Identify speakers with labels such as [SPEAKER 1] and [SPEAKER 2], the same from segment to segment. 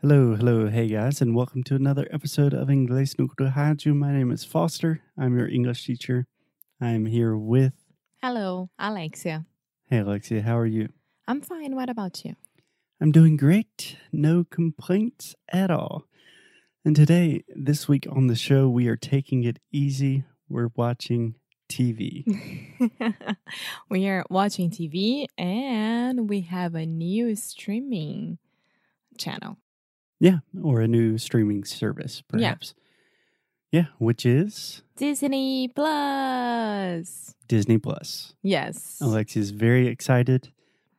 [SPEAKER 1] Hello, hello, hey guys, and welcome to another episode of Inglés no Haju. My name is Foster. I'm your English teacher. I'm here with.
[SPEAKER 2] Hello, Alexia.
[SPEAKER 1] Hey, Alexia, how are you?
[SPEAKER 2] I'm fine. What about you?
[SPEAKER 1] I'm doing great. No complaints at all. And today, this week on the show, we are taking it easy. We're watching TV.
[SPEAKER 2] we are watching TV and we have a new streaming channel.
[SPEAKER 1] yeah, or a new streaming service,
[SPEAKER 2] Yeah.
[SPEAKER 1] perhaps. Yeah, which is
[SPEAKER 2] Disney Plus.
[SPEAKER 1] Disney Plus.
[SPEAKER 2] Yes.
[SPEAKER 1] Alexia's very excited.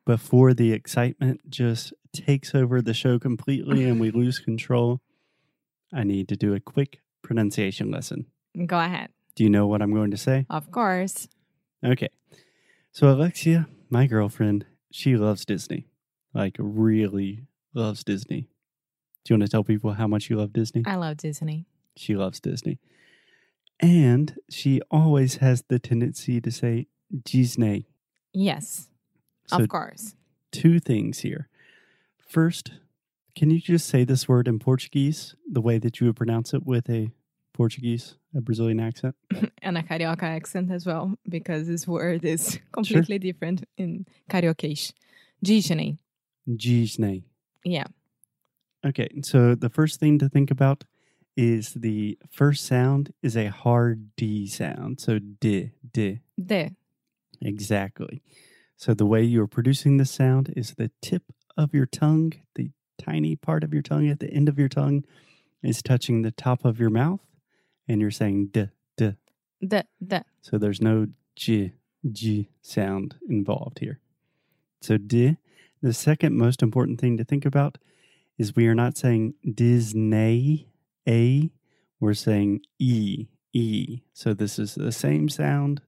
[SPEAKER 1] Before the excitement just takes over the show completely and we lose control, I need to do a quick pronunciation lesson.
[SPEAKER 2] Go ahead.
[SPEAKER 1] Do you know what I'm going to say?
[SPEAKER 2] Of course.
[SPEAKER 1] Okay. So, Alexia, my girlfriend, she loves Disney. Like, really loves Disney. Do you want to tell people how much you love Disney?
[SPEAKER 2] I love Disney.
[SPEAKER 1] She loves Disney. And she always has the tendency to say Disney.
[SPEAKER 2] Yes.
[SPEAKER 1] So
[SPEAKER 2] of course.
[SPEAKER 1] two things here. First, can you just say this word in Portuguese the way that you would pronounce it with a Portuguese, a Brazilian accent?
[SPEAKER 2] And a Carioca accent as well, because this word is completely different in Carioquish. Disney.
[SPEAKER 1] Disney.
[SPEAKER 2] Yeah.
[SPEAKER 1] Okay, so the first thing to think about is the first sound is a hard D sound. So D, D.
[SPEAKER 2] De.
[SPEAKER 1] Exactly. So the way you're producing the sound is the tip of your tongue, the tiny part of your tongue at the end of your tongue is touching the top of your mouth, and you're saying D, D.
[SPEAKER 2] De. De.
[SPEAKER 1] So there's no G, G sound involved here. So D. The second most important thing to think about is we are not saying Disney, A. We're saying E, E. So this is the same sound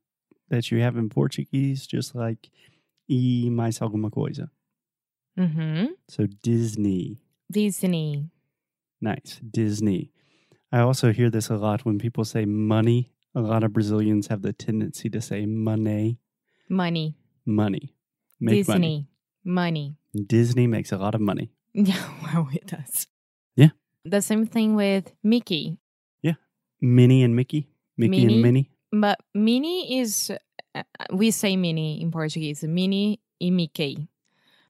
[SPEAKER 1] that you have in Portuguese, just like E mais alguma coisa.
[SPEAKER 2] Mm-hmm.
[SPEAKER 1] So Disney.
[SPEAKER 2] Disney.
[SPEAKER 1] Nice. Disney. I also hear this a lot when people say money. A lot of Brazilians have the tendency to say money.
[SPEAKER 2] Money.
[SPEAKER 1] money. Make
[SPEAKER 2] Disney.
[SPEAKER 1] money.
[SPEAKER 2] Money.
[SPEAKER 1] Disney makes a lot of money.
[SPEAKER 2] Yeah, well, it does.
[SPEAKER 1] Yeah.
[SPEAKER 2] The same thing with Mickey.
[SPEAKER 1] Minnie and Mickey. Mickey and
[SPEAKER 2] Minnie.
[SPEAKER 1] Minnie.
[SPEAKER 2] But Minnie is, uh, we say Minnie in Portuguese, Minnie e Mickey.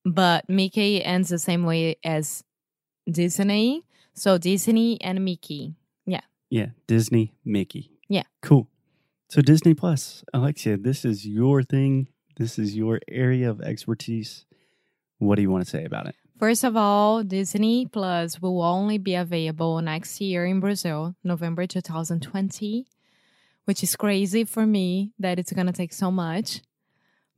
[SPEAKER 2] But Mickey ends the same way as Disney. So Disney and Mickey.
[SPEAKER 1] Yeah, Disney, Mickey.
[SPEAKER 2] Yeah.
[SPEAKER 1] Cool. So Disney Plus, Alexia, this is your thing. This is your area of expertise. What do you want to say about it?
[SPEAKER 2] First of all, Disney Plus will only be available next year in Brazil, November 2020, which is crazy for me that it's going to take so much.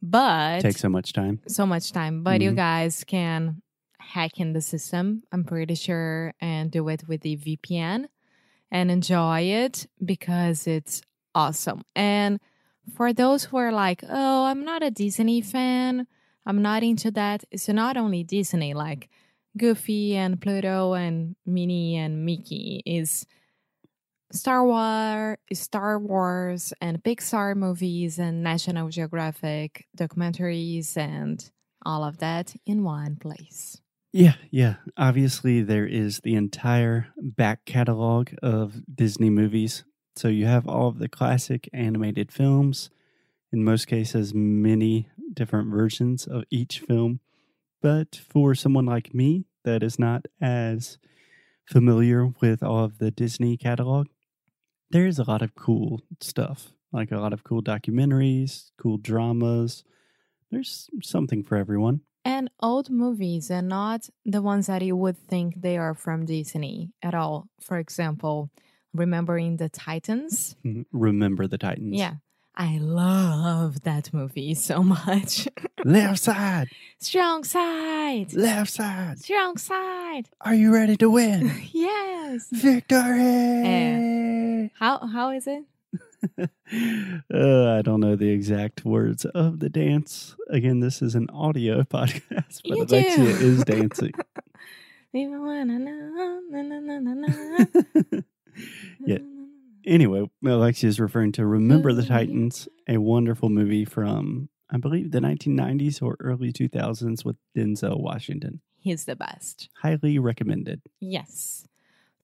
[SPEAKER 2] But
[SPEAKER 1] Take so much time.
[SPEAKER 2] so much time, but you
[SPEAKER 1] Mhm.
[SPEAKER 2] guys can hack in the system, I'm pretty sure, and do it with the VPN and enjoy it because it's awesome. And for those who are like, oh, I'm not a Disney fan, I'm not into that, it's not only Disney, like Goofy and Pluto and Minnie and Mickey is. Star War, Star Wars, and Pixar movies and National Geographic documentaries and all of that in one place.
[SPEAKER 1] Yeah, yeah. Obviously, there is the entire back catalog of Disney movies. So you have all of the classic animated films, in most cases, many different versions of each film. But for someone like me that is not as familiar with all of the Disney catalog, there is a lot of cool stuff, like a lot of cool documentaries, cool dramas. There's something for everyone.
[SPEAKER 2] And old movies and not the ones that you would think they are from Disney at all. For example, Remembering the Titans.
[SPEAKER 1] Remember the Titans.
[SPEAKER 2] Yeah. I love that movie so much.
[SPEAKER 1] Left side,
[SPEAKER 2] Strong side.
[SPEAKER 1] left side.
[SPEAKER 2] Strong side.
[SPEAKER 1] Are you ready to win?
[SPEAKER 2] yes.
[SPEAKER 1] Victory!
[SPEAKER 2] How how is it?
[SPEAKER 1] Uh, I don't know the exact words of the dance. Again, this is an audio podcast, but
[SPEAKER 2] You do.
[SPEAKER 1] Alexia is dancing.
[SPEAKER 2] Even when I know, na, na, na, na, na,
[SPEAKER 1] yeah.
[SPEAKER 2] na, na, na.
[SPEAKER 1] Anyway, Alexia is referring to Remember the
[SPEAKER 2] Ooh.
[SPEAKER 1] Titans, a wonderful movie from, I believe, the 1990s or early 2000s with Denzel Washington.
[SPEAKER 2] he's the best.
[SPEAKER 1] Highly recommended.
[SPEAKER 2] Yes.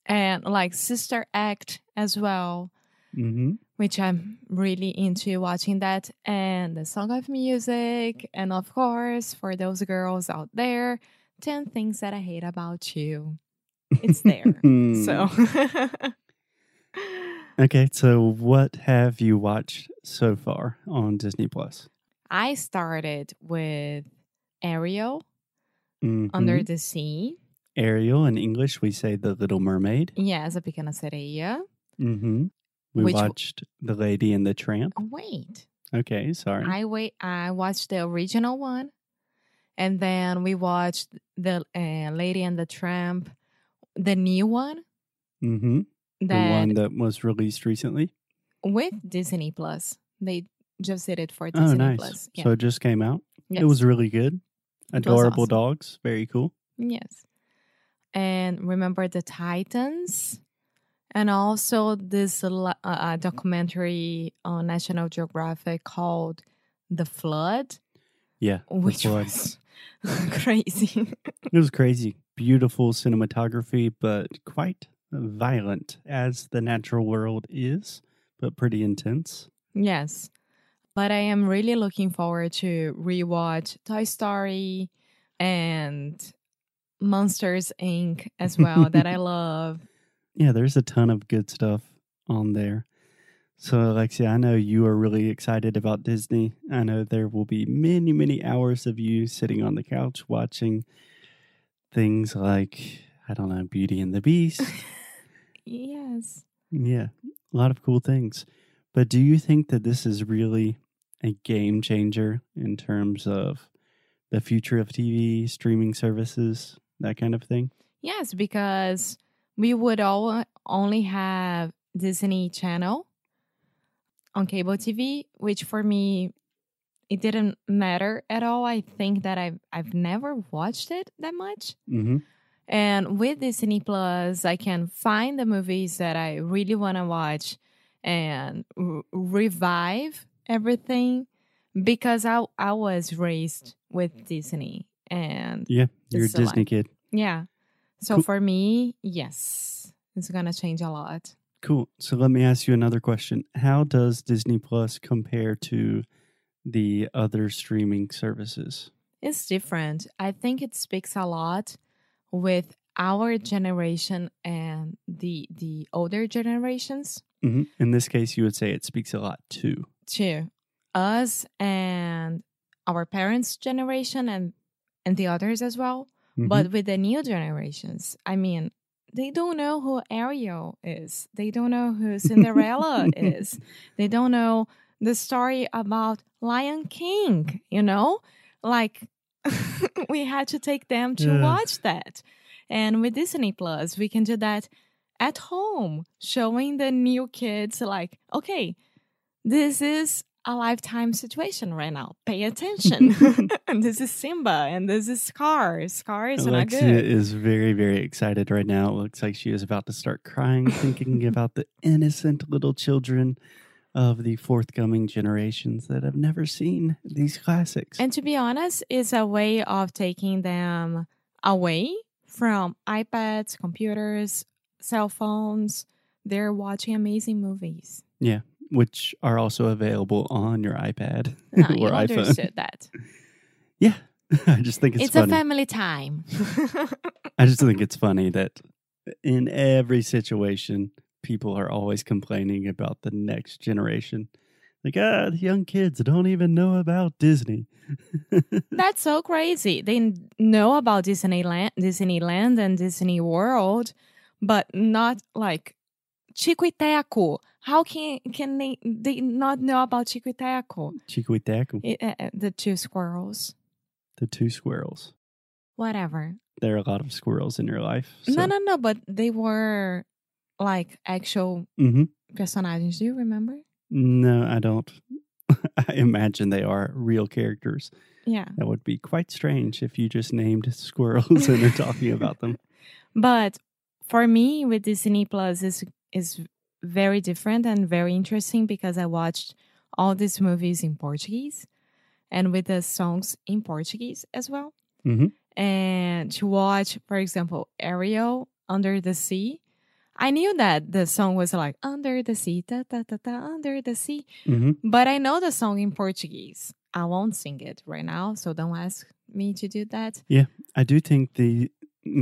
[SPEAKER 2] And like Sister Act as well,
[SPEAKER 1] Mm-hmm.
[SPEAKER 2] which I'm really into watching that, and the Song of Music. And of course, for those girls out there, 10 Things That I Hate About You. It's there.
[SPEAKER 1] Mm-hmm.
[SPEAKER 2] so.
[SPEAKER 1] Okay, so what have you watched so far on Disney Plus?
[SPEAKER 2] I started with Ariel Under
[SPEAKER 1] Mhm.
[SPEAKER 2] the Sea.
[SPEAKER 1] Mm-hmm. Ariel in English, we say The Little Mermaid.
[SPEAKER 2] Yes, a pequena sereia.
[SPEAKER 1] Mm-hmm. We
[SPEAKER 2] Which w-
[SPEAKER 1] watched The Lady and the Tramp.
[SPEAKER 2] Oh, wait.
[SPEAKER 1] Okay, sorry.
[SPEAKER 2] I wait. I watched the original one, and then we watched the uh, Lady and the Tramp, the new one
[SPEAKER 1] mm-hmm. The
[SPEAKER 2] that
[SPEAKER 1] one that was released recently.
[SPEAKER 2] with Disney Plus. They just did it for
[SPEAKER 1] oh,
[SPEAKER 2] Disney
[SPEAKER 1] nice.
[SPEAKER 2] Plus. Yeah.
[SPEAKER 1] So it just came out.
[SPEAKER 2] yes.
[SPEAKER 1] It was really good.
[SPEAKER 2] It was
[SPEAKER 1] Adorable
[SPEAKER 2] awesome.
[SPEAKER 1] dogs. Very cool.
[SPEAKER 2] yes. And remember the Titans, and also this li- uh, uh, documentary on National Geographic called "The Flood,"
[SPEAKER 1] Yeah. the
[SPEAKER 2] which
[SPEAKER 1] flood.
[SPEAKER 2] was crazy.
[SPEAKER 1] It was crazy. Beautiful cinematography, but quite violent as the natural world is, but pretty intense.
[SPEAKER 2] Yes. But I am really looking forward to rewatch Toy Story and Monsters Inc. as well that I love.
[SPEAKER 1] Yeah, there's a ton of good stuff on there. So, Alexia, I know you are really excited about Disney. I know there will be many, many hours of you sitting on the couch watching things like, I don't know, Beauty and the Beast.
[SPEAKER 2] Yes.
[SPEAKER 1] yeah, a lot of cool things. But do you think that this is really a game changer in terms of the future of TV, streaming services, that kind of thing?
[SPEAKER 2] Yes, because we would all only have Disney Channel on cable TV, which for me it didn't matter at all. I think that I've I've never watched it that much.
[SPEAKER 1] Mm-hmm.
[SPEAKER 2] And with Disney Plus, I can find the movies that I really want to watch and r- revive everything because I I was raised with Disney and
[SPEAKER 1] Yeah, you're
[SPEAKER 2] It's
[SPEAKER 1] a
[SPEAKER 2] a lot.
[SPEAKER 1] Disney kid.
[SPEAKER 2] yeah. So
[SPEAKER 1] Cool.
[SPEAKER 2] for me, yes, it's going to change a lot.
[SPEAKER 1] Cool. So let me ask you another question. How does Disney Plus compare to the other streaming services?
[SPEAKER 2] It's different. I think it speaks a lot with our generation and the the older generations
[SPEAKER 1] hmm In this case, you would say it speaks a lot too.
[SPEAKER 2] to us and our parents' generation and and the others as well.
[SPEAKER 1] Mm-hmm.
[SPEAKER 2] But with the new generations, I mean, they don't know who Ariel is. They don't know who Cinderella is. They don't know the story about Lion King, you know? Like we had to take them to
[SPEAKER 1] Yeah.
[SPEAKER 2] watch that. And with Disney Plus, we can do that at home, showing the new kids like, okay, this is a lifetime situation right now. Pay attention. and this is Simba and this is Scar. Scar is not
[SPEAKER 1] Alexia
[SPEAKER 2] good.
[SPEAKER 1] is very, very excited right now. It looks like she is about to start crying, thinking about the innocent little children of the forthcoming generations that have never seen these classics.
[SPEAKER 2] And to be honest, it's a way of taking them away from iPads, computers, cell phones. They're watching amazing movies.
[SPEAKER 1] which are also available on your iPad
[SPEAKER 2] Ah, you
[SPEAKER 1] or iPhone.
[SPEAKER 2] understood that.
[SPEAKER 1] Yeah. I just think it's,
[SPEAKER 2] It's, a
[SPEAKER 1] funny.
[SPEAKER 2] family time.
[SPEAKER 1] I just think it's funny that in every situation, people are always complaining about the next generation. Like, ah, the young kids don't even know about Disney.
[SPEAKER 2] That's so crazy. They n- know about Disneyland, Disneyland and Disney World, but not like Chiquiteco. How can can they, they not know about Chiquiteco?
[SPEAKER 1] Chico y Taco,
[SPEAKER 2] I- uh, uh, the two squirrels.
[SPEAKER 1] the two squirrels.
[SPEAKER 2] Whatever.
[SPEAKER 1] There are a lot of squirrels in your life.
[SPEAKER 2] No, no, no, but they were like actual
[SPEAKER 1] hmm
[SPEAKER 2] personagens. Do you remember?
[SPEAKER 1] No, I don't. I imagine they are real characters.
[SPEAKER 2] Yeah.
[SPEAKER 1] That would be quite strange if you just named squirrels and are talking about them.
[SPEAKER 2] But for me, with Disney Plus, is is very different and very interesting because I watched all these movies in Portuguese and with the songs in Portuguese as well.
[SPEAKER 1] Mhm.
[SPEAKER 2] and to watch, for example, Ariel Under the Sea. I knew that the song was like Under the Sea, da da da da, Under the Sea.
[SPEAKER 1] hmm
[SPEAKER 2] But I know the song in Portuguese. I won't sing it right now, so don't ask me to do that.
[SPEAKER 1] I do think the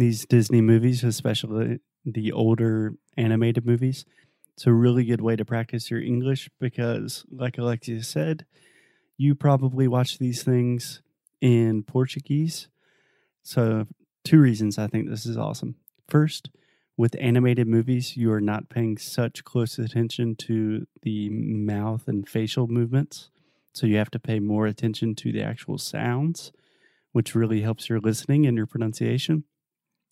[SPEAKER 1] these Disney movies, especially the older animated movies, it's a really good way to practice your English because, like Alexia said, you probably watch these things in Portuguese. So, two reasons I think this is awesome. First, with animated movies, you are not paying such close attention to the mouth and facial movements. So, you have to pay more attention to the actual sounds which really helps your listening and your pronunciation.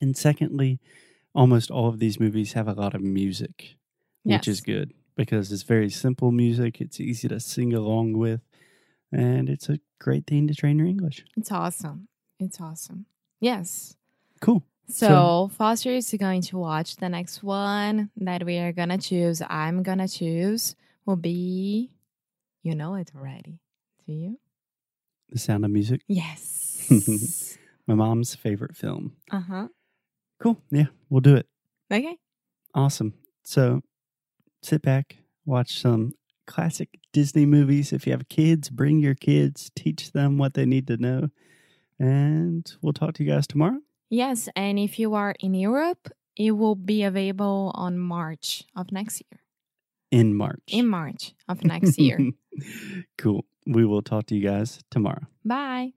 [SPEAKER 1] And secondly, almost all of these movies have a lot of music, which is
[SPEAKER 2] Yes.
[SPEAKER 1] good because it's very simple music. It's easy to sing along with, and it's a great thing to train your English.
[SPEAKER 2] It's awesome. It's awesome. Yes.
[SPEAKER 1] Cool.
[SPEAKER 2] So,
[SPEAKER 1] So-
[SPEAKER 2] Foster is going to watch the next one that we are gonna choose. I'm gonna choose will be, you know it already. Do you?
[SPEAKER 1] The Sound of Music,
[SPEAKER 2] Yes.
[SPEAKER 1] my mom's favorite film.
[SPEAKER 2] uh huh.
[SPEAKER 1] Cool. Yeah, we'll do it.
[SPEAKER 2] Okay.
[SPEAKER 1] Awesome. So sit back, watch some classic Disney movies. If you have kids, bring your kids, teach them what they need to know. And we'll talk to you guys tomorrow.
[SPEAKER 2] Yes, and if you are in Europe, it will be available on March of next year.
[SPEAKER 1] in March.
[SPEAKER 2] In March of next year.
[SPEAKER 1] cool. We will talk to you guys tomorrow.
[SPEAKER 2] Bye.